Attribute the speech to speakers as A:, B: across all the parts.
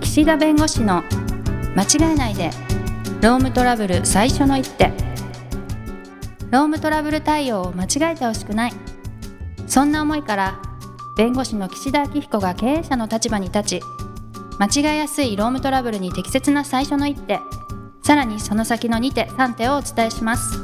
A: 岸田弁護士の間違えないでロームトラブル最初の一手ロームトラブル対応を間違えてほしくないそんな思いから弁護士の岸田明彦が経営者の立場に立ち間違えやすいロームトラブルに適切な最初の一手さらにその先の2手3手をお伝えします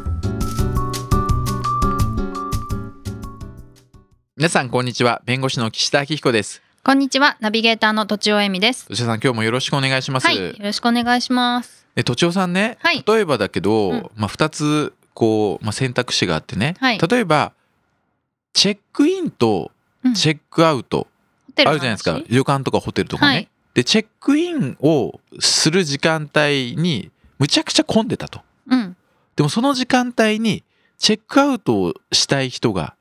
B: 皆さんこんにちは弁護士の岸田明彦です
A: こんにちはナビゲーターのとちおえみです
B: 土屋さん今日もよろしくお願いします、
A: はいよろしくお願いします
B: え土地さんね、
A: はい
B: 例えばだけど、
A: うん
B: まあ二つこうまあ選択肢があってね、
A: はい
B: 例えばチェックインと
A: うん
B: チェックアウト、
A: ホテル
B: あ
A: の
B: るじゃないですか
A: 話
B: 旅館とかホテルとかね、
A: はい
B: でチェックインをする時間帯にむちゃくちゃ混んでたと
A: うん
B: でもその時間帯にチェックアウトをしたい人が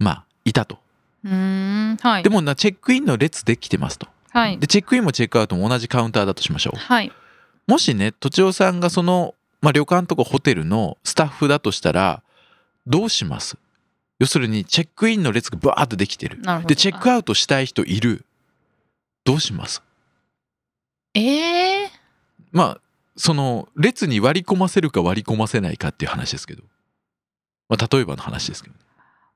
B: まあいたと
A: うーんはい
B: でもなチェックインの列できてますと
A: はい
B: でチェックインもチェックアウトも同じカウンターだとしましょ
A: はい、
B: うもしねとちおさんがその、まあ、旅館とかホテルのスタッフだとしたらどうします要するにチェックインの列がバーッとできてる
A: なるほど
B: でチェックアウトしたい人いるどうします
A: ええ
B: まあその列に割り込ませるか割り込ませないかっていう話ですけど、まあ、例えばの話ですけどね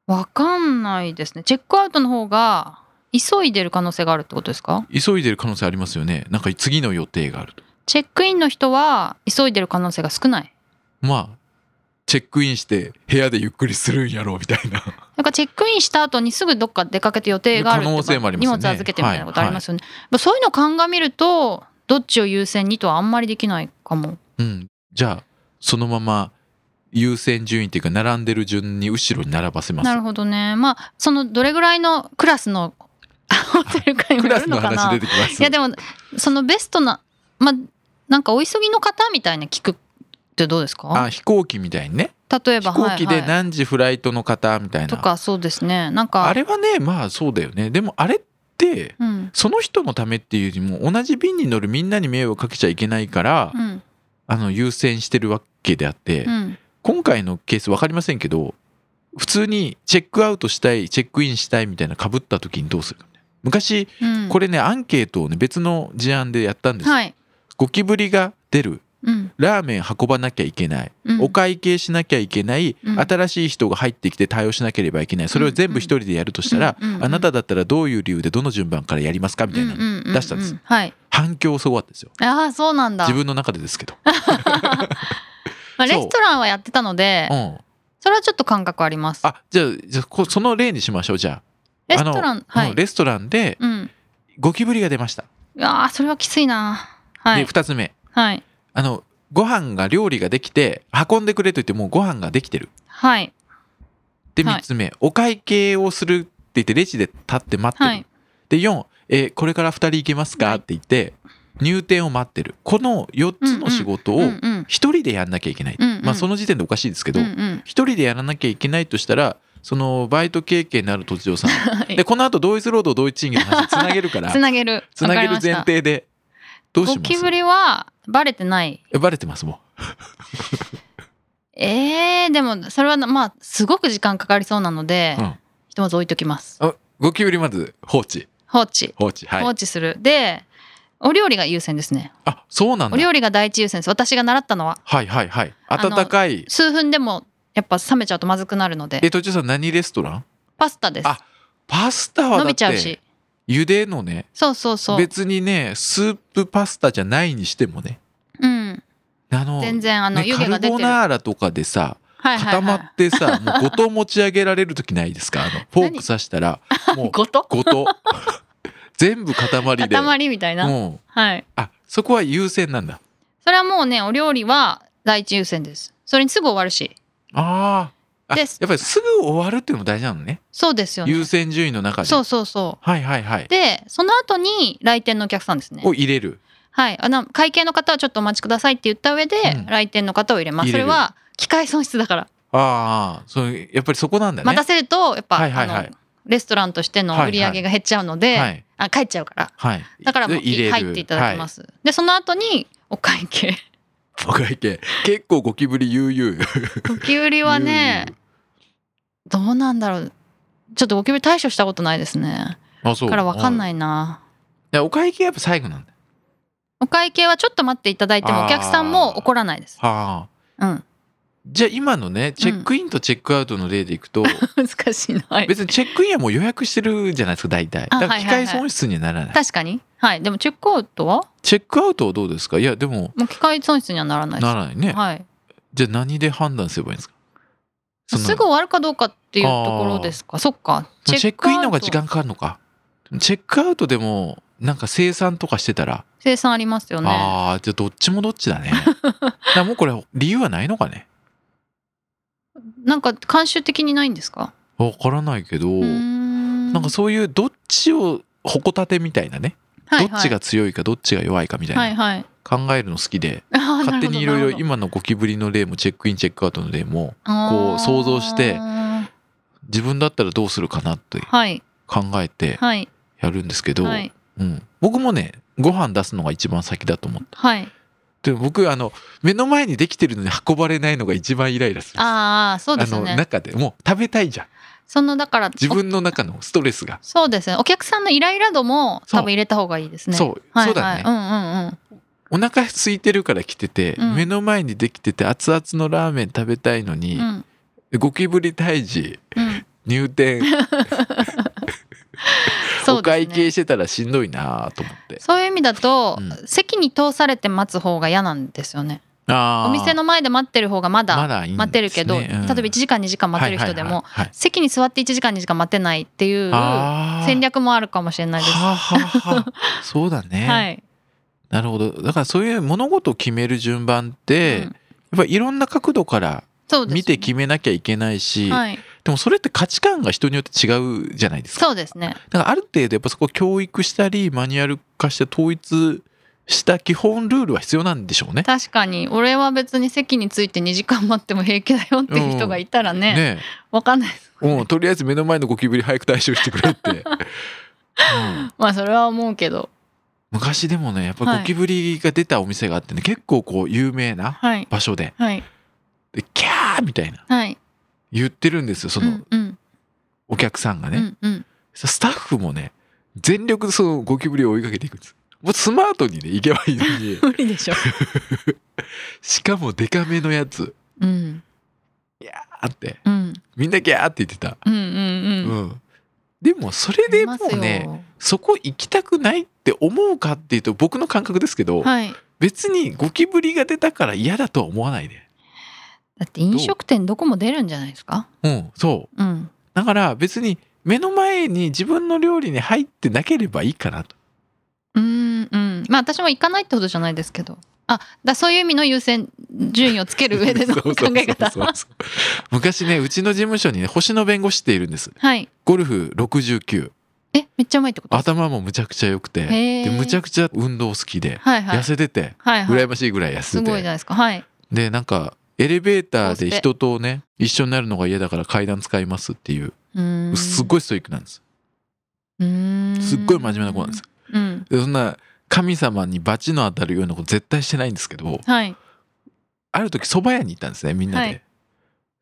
A: わかんないですねチェックアウトの方が急いでる可能性があるってことですか
B: 急いでる可能性ありますよねなんか次の予定があると
A: チェックインの人は急いでる可能性が少ない
B: まあチェックインして部屋でゆっくりするんやろうみたいな
A: なんかチェックインした後にすぐどっか出かけて予定があるって
B: 可能性もありますよね
A: 荷物預けてみたいなことありますよね、まあそういうのを鑑みるとどっちを優先にとはあんまりできないかも
B: うん、じゃあそのまま優先順位っていうか並んでる順に後ろに並ばせます
A: なるほどねまあそのどれぐらいのクラス のホテルかにも
B: ク
A: よ
B: ラ
A: る
B: ス
A: の
B: の
A: かな
B: 話出てきます
A: いやでもそのベストなまあなんかお急ぎの方みたいな聞くってどうですか
B: あ飛行機みたいにね
A: 例え
B: 飛
A: ば
B: 行機
A: はい
B: で
A: はい、
B: 何時フライトの方みたいな、
A: とかそうですねなんか
B: あれはねまあそうだよねでもあれって
A: うん
B: その人のためっていうよりも同じ便に乗るみんなに迷惑かけちゃいけないから、
A: うん
B: あの優先してるわけであって、
A: うん
B: 今回のケース分かりませんけど普通にチェックアウトしたいチェックインしたいみたいなかぶった時にどうするかみたいな昔
A: うん
B: これねアンケートをね別の事案でやったんです、
A: はい
B: ゴキブリが出る
A: うん
B: ラーメン運ばなきゃいけない、
A: うん
B: お会計しなきゃいけない、
A: うん
B: 新しい人が入ってきて対応しなければいけないそれを全部一人でやるとしたら、
A: うんうん
B: あなただったらどういう理由でどの順番からやりますかみたいな、
A: うんうんうんうん
B: 出したんです
A: はい
B: 反響すごかったですよ
A: ああそうなんだ
B: 自分の中でですけど、
A: まあ、
B: そう
A: レストランはやってたので
B: うん、
A: それはちょっと感覚あります
B: あじゃあじゃあこその例にしましょうじゃあ
A: レストラ
B: あの
A: ンは
B: う
A: い
B: んレストランで
A: うん
B: ゴキブリが出ました、
A: いやーそれはきついなはい
B: で2つ目
A: はい
B: あのご飯が料理ができて運んでくれと言ってもうご飯ができてる
A: はい
B: で
A: はい
B: 3つ目、お会計をするって言ってレジで立って待ってる、
A: はい
B: で4、えーこれから2人行けますか、
A: はい
B: って言って入店を待ってるこの4つの仕事を
A: うんう
B: 1
A: ん
B: 人でやんなきゃいけない、
A: うんうん
B: まあ、その時点でおかしいですけ
A: う
B: ど、
A: んう
B: 一
A: ん
B: 1人でやらなきゃいけないとしたらそのバイト経験のある都知事さん
A: はい
B: でこの後同一労働同一賃金の話つなげるから
A: つなげる
B: つなげる
A: わかり
B: 前
A: ました
B: 提でどうし
A: ゴ
B: ま
A: キ
B: す
A: ブリはバレてない
B: えバレてますも
A: えー、でもそれはなまあすごく時間かかりそうなので、
B: うん
A: ひとまず置いときます
B: うあゴキブリまず放置
A: 放置、
B: 放置はい
A: 放置するでお料理が優先ですね
B: あそうなん
A: お
B: だ
A: 料理が第一優先です私が習ったのは
B: はいはいはい
A: あの
B: 温かい
A: 数分でもやっぱ冷めちゃうとまずくなるので
B: え途中さん何レストラン
A: パスタです
B: あパスタ
A: 伸
B: はだっ
A: びちゃう
B: て
A: し
B: 茹でのね
A: そうそうそう、
B: 別にねスープパスタじゃないにしてもね
A: うん、
B: あの
A: 全然あの
B: ね
A: 湯気が
B: カ
A: 出
B: ル
A: て
B: ボ
A: る、
B: ナーラとかでさ
A: はいはい
B: 固ま
A: は
B: って さもうごと持ち上げられる時ないですかあのフォーク刺した らも
A: いうごと
B: ごと 全部塊で
A: 塊みたいな、
B: うん
A: はい
B: あそこは優先なんだ
A: それはもうねお料理は第一優先ですそれにすぐ終わるし
B: あーあ
A: で
B: やっぱりすぐ終わるっていうのも大事なのね
A: そうですよね
B: 優先順位の中で
A: そうそうそ
B: はいはいはいう
A: でその後に来店のお客さんですね
B: を入れる
A: はい、あの会計の方はちょっとお待ちくださいって言った上で、
B: うん
A: 来店の方を入れます
B: 入れる
A: それは機械損失だから、
B: ああそうやっぱりそこなんだね
A: 待たせるとやっぱ、
B: はいはいはい
A: あのレストランとしての売り上げが減っちゃうので、
B: はい
A: あ帰っちゃうから
B: はい
A: だからもう
B: で入れる
A: 入っていただきま、す、でその後にお会 計
B: はい、お会計結構ゴキブリ悠々
A: ゴキブリはねどうなんだろうちょっとゴキブリ対処したことないですね
B: あそう
A: から分かんないいな
B: お会計やっぱ最後なんだ
A: お会計はちょっと待っていただいてもお客さんも怒らないです。
B: はあ
A: うん、
B: じゃあ今のねチェックインとチェックアウトの例でいくと、
A: 難しいな。はい
B: 別にチェックインはもう予約してるじゃないですか大体だ
A: あ
B: から
A: はい
B: 機
A: はいはい
B: 械損失にはならない,、
A: 確かに。はい。でもチェックアウトは
B: チェックアウトはどうですかいやでも
A: もう機械損失にはならないです
B: ならないね、
A: はい。
B: じゃあ何で判断すればいいんですかその
A: すぐ終わるかどうかっていうところですか。そっか。
B: チェックインの方が時
A: アウト。
B: 間かかるのかチェックアウトでもなんか生産とかしてたら、
A: 生産ありますよね。
B: ああじゃあどっちもどっ ちだねだからもうこれ理由はないのかね
A: なんか慣習的にないんですか。
B: わからないけど、
A: うー
B: なんかそういうどっちを矛盾みたいなね、
A: はい
B: どっちが強いかどっちが弱いかみたいな、
A: はいはい。
B: 考えるの好きで
A: 勝
B: 勝手にいろいろ今のゴキブリの例もチェックインチェックアウトの例もこう想像して
A: は
B: 自分だったらどうするかなって
A: い
B: 考えて
A: はい
B: やるんですけど、
A: はい
B: うん、僕もねご飯出すのが一番先だと思って
A: はい。
B: でも僕あの目の前にできてるのに運ばれないのが一番イライラする
A: ああそうですよ
B: あの
A: ね。
B: 中でもう食べたいじゃん
A: そのだから
B: 自分の中のストレスが
A: おそうですね。お客さんのイライラ度も
B: そう
A: 多分入れた方がいいですね。
B: そう
A: はいはい、
B: そうだね
A: うんうんうん。
B: お腹空いてるから来てて、
A: うん
B: 目の前にできてて熱々のラーメン食べたいのに、
A: うん
B: ゴキブリ退治
A: うん、
B: 入店、
A: そうで
B: お会
A: すね
B: 計してたらしんどいなと思って
A: そういう意味だと、
B: うん
A: 席に通されて待つ方が嫌なんですよね
B: あ
A: お
B: ー
A: 店の前で待ってる方がま
B: ま
A: だ
B: だいいんですね、
A: 待てるけど、
B: うん
A: 例えば1時間2時間待てる人でも、
B: はいはいはいはい
A: 席に座って1時間2時間待てないっていう
B: あー
A: 戦略もあるかもしれないです。
B: はあはあは あそうだね、
A: はい、
B: なるほどだからそういう物事を決める順番って、
A: うん
B: やっぱいろんな角度から
A: そうですね
B: 見て決めなきゃいけないしで,、
A: はい、
B: もそれって価値観が人によって違うじゃないですか
A: そうですね。
B: だからある程度やっぱそこを教育したりマニュアル化して統一した基本ルールは必要なんでしょうね。
A: 確かに俺は別に席について2時間待っても平気だよっていう人がいたらね,、
B: ね
A: わかんない です、
B: えうん、とりあえず目の前のゴキブリ早く対処してくれって、うん、
A: まあそれは思うけど
B: 昔でもねやっ
A: は
B: ぱ
A: い
B: ゴキブリが出たお店があってね結構こう有名な
A: はい
B: 場所で
A: はい
B: でキャーみたいな
A: はい
B: 言ってるんですよその
A: うんうん
B: お客さんがね、
A: うんうん
B: そしたらスタッフもね全力でそのゴキブリを追いかけていくんですもうスマートにね行けばいいのに
A: 無理で しょ、
B: しかもデカめのやつ
A: うん
B: あって
A: うん、
B: みんなギャーって言ってた、
A: うんうん
B: う
A: うん
B: ん、でもそれでもう
A: あり
B: ね
A: ますよ
B: そこ行きたくないって思うかっていうと僕の感覚ですけど、
A: はい
B: 別にゴキブリが出たから嫌だとは思わないで
A: だって飲食店どこも出るんじゃないですか
B: うんそう
A: うん
B: だから別に目の前に自分の料理に入ってなければいいかなと。
A: うんうんまあ私も行かないってことじゃないですけどあだそういう意味の優先順位をつける上での
B: そ
A: 考
B: うそうそう
A: え方
B: そうそう昔ねうちの事務所にね星野弁護士っているんです
A: はい
B: ゴルフ69
A: えめっちゃうまいってこと
B: 頭もむちゃくちゃ良くて
A: へー
B: でむちゃくちゃ運動好きで、
A: はいはい
B: 痩せてて
A: はいはい
B: 羨ましいぐらい痩
A: す
B: せて
A: ごい
B: て、
A: じゃないですかはい
B: でなんかエレベーター
A: そうし
B: で
A: て
B: 人とね一緒になるのが嫌だから階段使いますっていう
A: うん
B: すっごいストイックなんです
A: うーん
B: すっごい真面目な子なんです。
A: うん。
B: でそんな神様に罰の当たるようなこと絶対してないんですけど、
A: はい。
B: ある時蕎麦屋に行ったんですねみんなで、
A: はい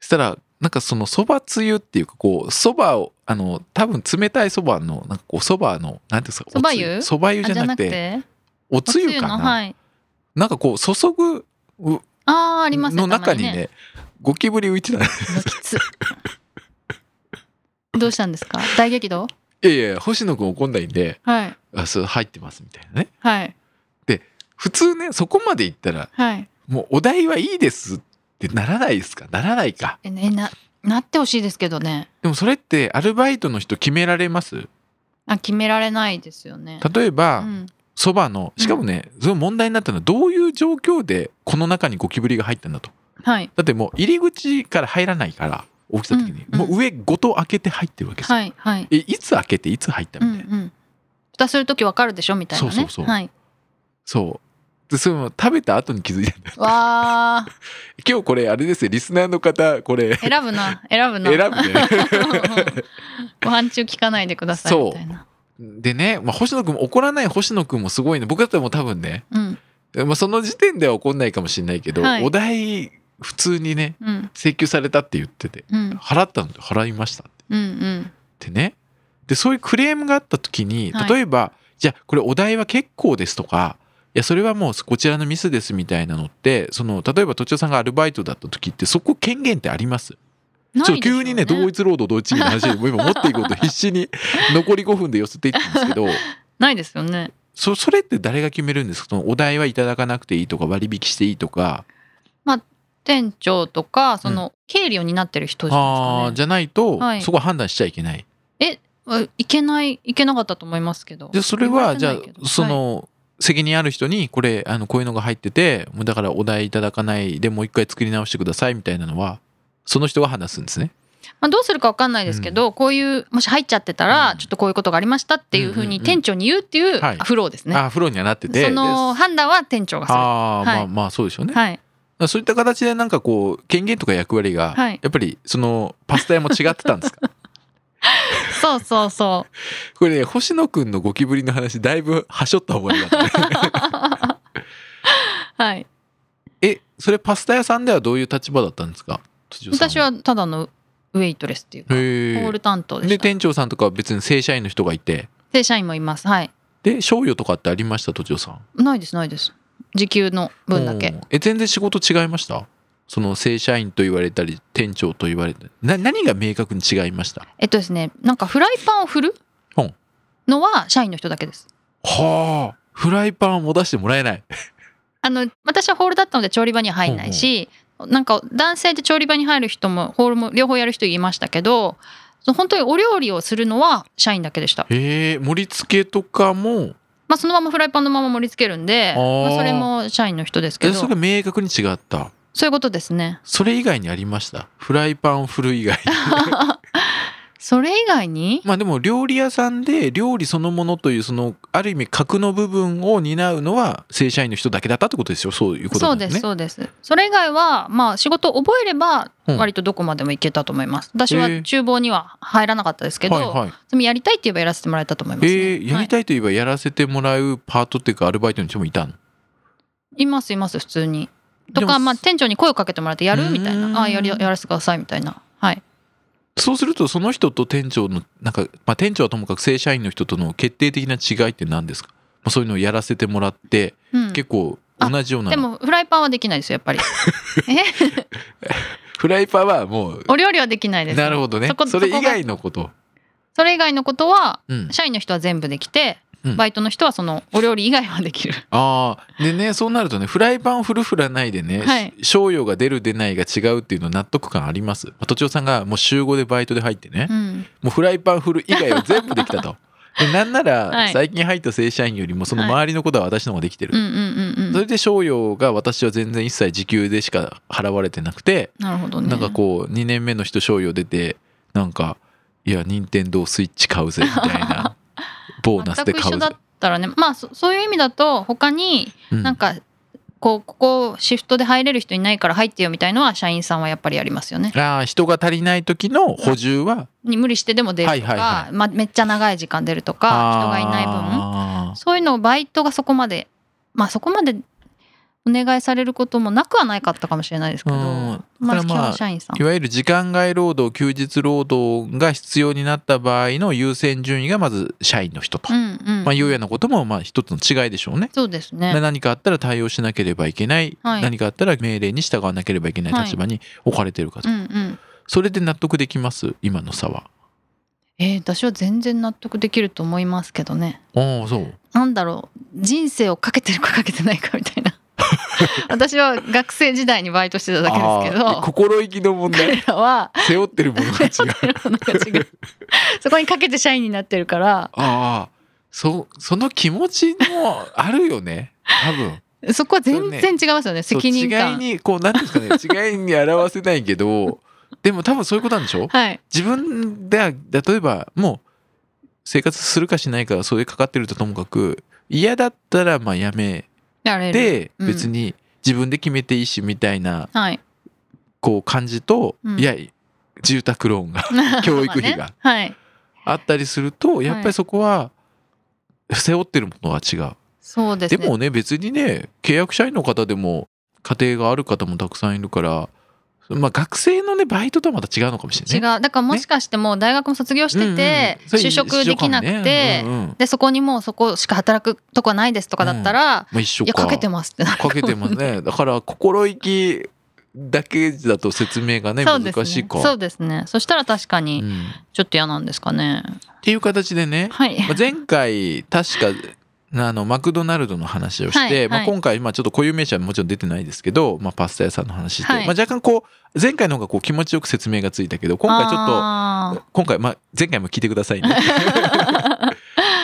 B: そしたらなんかその蕎麦つゆっていうかこう蕎麦をあの多分冷たい蕎麦のなんかこう蕎麦のなんていうんですか
A: 蕎麦湯
B: おつゆ蕎麦湯
A: あ
B: じゃなくて
A: て、
B: おつゆ
A: おの
B: かな、
A: はい。
B: なんかこう注ぐう
A: ああありますね。
B: の中に
A: たま
B: ねゴキブリ浮いてた い
A: もうきつ。どうしたんですか。大激怒。
B: やいや星野くん怒んないんで
A: はい
B: あそう入ってますみたいなね
A: はい
B: 普通ねそこまで行ったら
A: はい。
B: もうお題はいいですってならないですかならないか
A: えねななってほしいですけどね。
B: でもそれってアルバイトの人決められます
A: あ決められないですよね。
B: 例えば、
A: うん
B: そばのしかもね、その問題になったのはどういう状況でこの中にゴキブリが入ったんだと
A: はい
B: だってもう入り口から入らないから起きた時に、
A: うんうん
B: もう上ごと開けて入ってるわけですよ、
A: はいはい。
B: えいつ開けていつ入った
A: う
B: み
A: ん
B: た
A: う
B: いな、
A: ん。蓋するときわかるでしょみたいなね。
B: そうそうそう
A: はい。
B: そうでその食べた後に気づいたんだ
A: わあ
B: 今日これあれですよリスナーの方これ
A: 選ぶな選ぶな。
B: 選ぶね
A: ご飯中聞かないでくださいみたいな。
B: でね、まあ、星野くんも怒らない星野くんもすごいね僕だったらもう多分ね、
A: うん
B: まあ、その時点では怒んないかもしれないけど、
A: はい
B: お題普通にね
A: うん
B: 請求されたって言ってて
A: うん
B: 払ったので払いました
A: うんうん。
B: ってねでそういうクレームがあった時に
A: はい
B: 例えば、じゃあこれお題は結構ですとかやそれはもうこちらのミスですみたいなのってその例えば都庁さんがアルバイトだった時ってそこ権限ってありますちょっと急にね同
A: う
B: 一労働同一地位の話もう今持っていこうと必死に残り5分で寄せていったんですけど
A: ないですよね
B: そそれって誰が決めるんですかそのお題はいただかなくていいとか割引していいとか
A: 店長とかその経理を担ってる人じゃ
B: あ
A: ない
B: あー
A: です
B: じゃないと
A: はい
B: そこは判断しちゃいけない。
A: かねあいけないいけなかったと思いますけど
B: でそれはじ
A: 言わ
B: ゃ
A: れてないけ
B: あ
A: ど
B: そ
A: はい
B: の、責任ある人にこれあのこういうのが入っててもうだからお題いただかないでもう一回作り直してくださいみたいなのはその人が話すんですね。
A: まあ、どうするかわかんないですけど、こういうもし入っちゃってたら、
B: うん
A: ちょっとこういうことがありましたっていうふう
B: うんうん
A: に
B: うん
A: 店長に言うっていう
B: はい
A: あフローですね、
B: ああフローにはなってて
A: その
B: で
A: 判断は店長がする
B: ああ、
A: はい
B: まあまあそうでしょうね。
A: はい
B: そういった形でなんかこう権限とか役割が
A: は
B: や
A: い
B: っぱりそのパスタ屋も違ってたんですか
A: そうそうそ
B: これね星野くんのゴキブリの話だいぶはしょった方がいいかったね
A: うはい
B: えそれパスタ屋さんではどういう立場だったんですか辻尾さん
A: 私はただのウェイトレスっていうかホ
B: へえ
A: ール担当で
B: で
A: した
B: 店長さんとかは別に正社員の人がいて
A: 正社員もいますはい
B: で賞与とかってありました都庁さん
A: ないですないです時給の分だけ
B: おーえ全然仕事違いましたその正社員と言われたり店長と言われたりな何が明確に違いました
A: えっとですねなんかフライパンを振る
B: うん
A: のは社員の人だけです
B: はあフライパンを持たせてもらえない
A: あの私はホールだったので調理場には入んないし、なんか男性で調理場に入る人もホールも両方やる人いましたけどその本当にお料理をするのは社員だけでした、
B: へえ盛り付けとかも
A: まあ、そのままフライパンのまま盛り付けるんで
B: あ
A: ま
B: ー
A: あ、それも社員の人ですけ
B: え
A: ど
B: そ
A: そ
B: れが明確に違った
A: ういうことですね
B: それ以外にありましたフライパンを振る以外
A: それ以外に
B: まあでも料理屋さんで料理そのものというそのある意味格の部分を担うのは正社員の人だけだったってことですよそういうこと
A: そ
B: な
A: うん
B: で
A: ですす
B: ね
A: そうですそれ以外はまあ仕事を覚えれば
B: うん
A: 割とどこまでも行けたと思います、私
B: へー
A: は厨房には入らなかったですけど、
B: はいはい
A: でもやりたいって言えばやらせてもらえたと思います、ね
B: えーや
A: は
B: り
A: い
B: たいといえばやらせてもらうパートっていうかアルバイトの人もいたの
A: いますいます普通にと
B: でも
A: か、まあ、店長に声をかけてもらってや
B: うー
A: る
B: ん
A: みたいなああやりやらせてくださいみたいなはい
B: そうするとその人と店長のなんか、まあ、店長はともかく正社員の人との決定的な違いって何ですか、まあ、そういうのをやらせてもらって
A: うん
B: 結構同じような
A: でもフライパンはできないですよやっ ぱりえ
B: フライパンはもう
A: お料理はできないです
B: なるほどね
A: そこ
B: それ以
A: そこが
B: 外のこと、
A: それ以外のことは
B: うん、
A: 社員の人は全部できて、
B: うん
A: バイトの人はそのお料理以外はで きる
B: ああでねそうなるとねフライパンを振る振らないでね、
A: はい
B: 商用が出る出ないが違うっていうのは納得感ありますまあ都庁さんがもう週5でバイトで入ってね、
A: うん
B: もうフライパン振る以外は全部できたと でなんな
A: は
B: ら
A: い
B: 最近入った正社員よりもその周りのことは私の方ができてる、
A: うんうんうん
B: そうれ
A: ん
B: で商用が私は全然一切時給でしか払われてなくて、
A: なるほどね
B: なんかこう2年目の人商用出てなんかいや任天堂スイッチ買うぜみた いなボーナスで
A: 全く
B: 買
A: 一緒
B: う
A: だ
B: ぜ
A: ったらねまあそそういう意味だと他に
B: うん
A: なんかこうここシフトで入れる人いないから入ってよみたいのは社員さんはやっぱりやりますよね
B: ああ人が足りない時の補充は
A: に無理してでも出るとか、
B: はいはいは
A: まあ、めっちゃ長い時間出るとか人がいない分
B: あー
A: そういうのをバイトがそこまでまあそこまでお願いされることもなくはないかったかもしれないですけど、
B: うん
A: ま
B: だからまあ
A: あ基本社員さん
B: いわゆる時間外労働休日労働が必要になった場合の優先順位がまず社員の人と、
A: うんうん
B: まあ、いうようなこともまあ一つの違いでしょうね。
A: そうです
B: で
A: ね
B: 何かあったら対応しなければいけない、
A: はい
B: 何かあったら命令に従わなければいけない立場に置かれてるかと、
A: うんうん
B: それで納得できます今の差は。
A: えー私は全然納得できると思いますけどね
B: ああそう。
A: なんだろう人生をかけてるかかけてないかみたい な私は学生時代にバイトしてただけですけ
B: ああ
A: ど
B: 心意気の問題
A: 彼らは
B: 背負ってるものが違う。
A: 違うそこにかけて社員になってるから
B: ああそその気持ちもあるよね多分。
A: そこは全然違いますよね
B: そ う
A: 責任
B: 違い
A: 感
B: にこうなんていうんですか ね違いに表せないけどでも多分そういうことなんでしょ
A: はい
B: 自分では例えばもう生活するかしないかがそれかかってるとともかく嫌だったらまあやめ
A: やれる
B: て
A: うん
B: 別に自分で決めていいしみたいな
A: はい
B: こう感じと、
A: うん
B: いや住宅ローンが 教育費が
A: まあねはい
B: あったりするとやっぱりそこは背負ってるものは違う。
A: そうです
B: で
A: ね
B: もね別にね契約社員の方でも家庭がある方もたくさんいるからまあ、学生のねバイトとはまた違うのかもしれない
A: 違う
B: ね。
A: だからもしかしてもう大学も卒業してて
B: うんうん
A: 就職できなく
B: そういう
A: て
B: 一緒かもねうんうん
A: でそこにもうそこしか働くとこはないですとかだったら
B: まあ、一緒
A: いや
B: か
A: かけてますってなる
B: かけてますね。だから心意気だけだと説明がね
A: そう
B: 難
A: ですね
B: しいか。
A: そうですねそしたら確か
B: う
A: に
B: ん
A: ちょっと嫌なんですかね
B: っていう形でね、
A: はい
B: まあ前回確かあのマクドナルドの話をして、
A: はい
B: ま
A: は
B: あ、
A: い
B: 今回、まあ、ちょっと固有名詞はもちろん出てないですけど、まあ、パスタ屋さんの話して、
A: はい
B: まあ、若干こう前回の方がこう気持ちよく説明がついたけど今回ちょっと
A: と
B: 今回、まあ、前回も聞いてくださいね。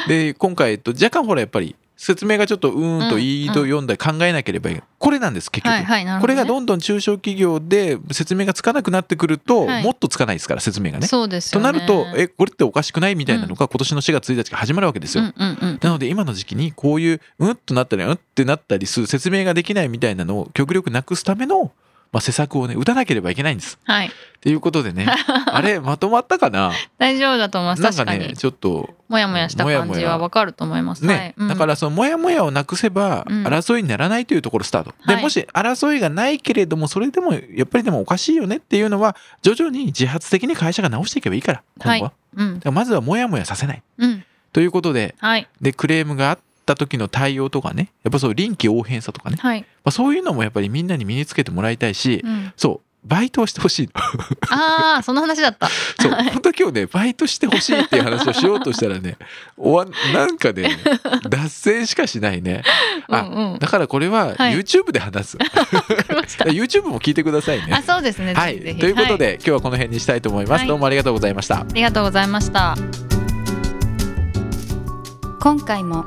B: で今回と若干ほらやっぱり説明がちょっとうーんと
A: うん
B: 言いと読んだり考えなければいけないこれなんです結局、
A: はいはいなる
B: こ
A: ほど
B: れ
A: ね
B: がどんどん中小企業で説明がつかなくなってくると、
A: はい
B: もっとつかないですから説明がね。
A: そうです
B: と
A: よね
B: なるとえこれっておかしくないみたいなのが今年の4月1日から始まるわけです
A: う
B: よ。
A: んうんうん
B: なので今の時期にこういううんっとなったりうんってなったりする説明ができないみたいなのを極力なくすための、まあ、施策をね打たなければいけないんです。
A: はい
B: ということ でねあれまとまったかな
A: 大丈夫だと思います
B: なんか
A: 確か
B: ね
A: に
B: ちょっと
A: もやもやした感
B: もやも
A: じ
B: や
A: はわかると思いますは
B: ね
A: い、うん
B: だからそのモヤモヤをなくせば
A: うん
B: 争いにならないというところスタート、
A: は
B: で
A: い
B: もし争いがないけれどもそれでもやっぱりでもおかしいよねっていうのは徐々に自発的に会社が直していけばいいから今後は、
A: はい
B: だか
A: うん
B: らまずはモヤモヤさせない
A: うん
B: ということで
A: はい
B: でクレームがあった時の対応とかねやっぱそう臨機応変さとかね、
A: はい
B: まあ、そういうのもやっぱりみんなに身につけてもらいたいし、
A: うん
B: そうバイトをして ほしい
A: ああその話だった
B: そう本当今日ねバイトしてほしいっていう話をしようとした らねおわなんかね脱線しかしな いねあ
A: うんうんわ
B: だからこれ
A: は
B: は
A: い
B: YouTube で話 す、
A: かりま した
B: YouTube も聞いてください
A: あ
B: ね
A: そうですね
B: は
A: ぜひぜ
B: い
A: ひ
B: ということ
A: は
B: で、今日はこの辺にしたいと思います、
A: はい
B: どうもありがとうございました
A: ありがとうございました
C: 今回も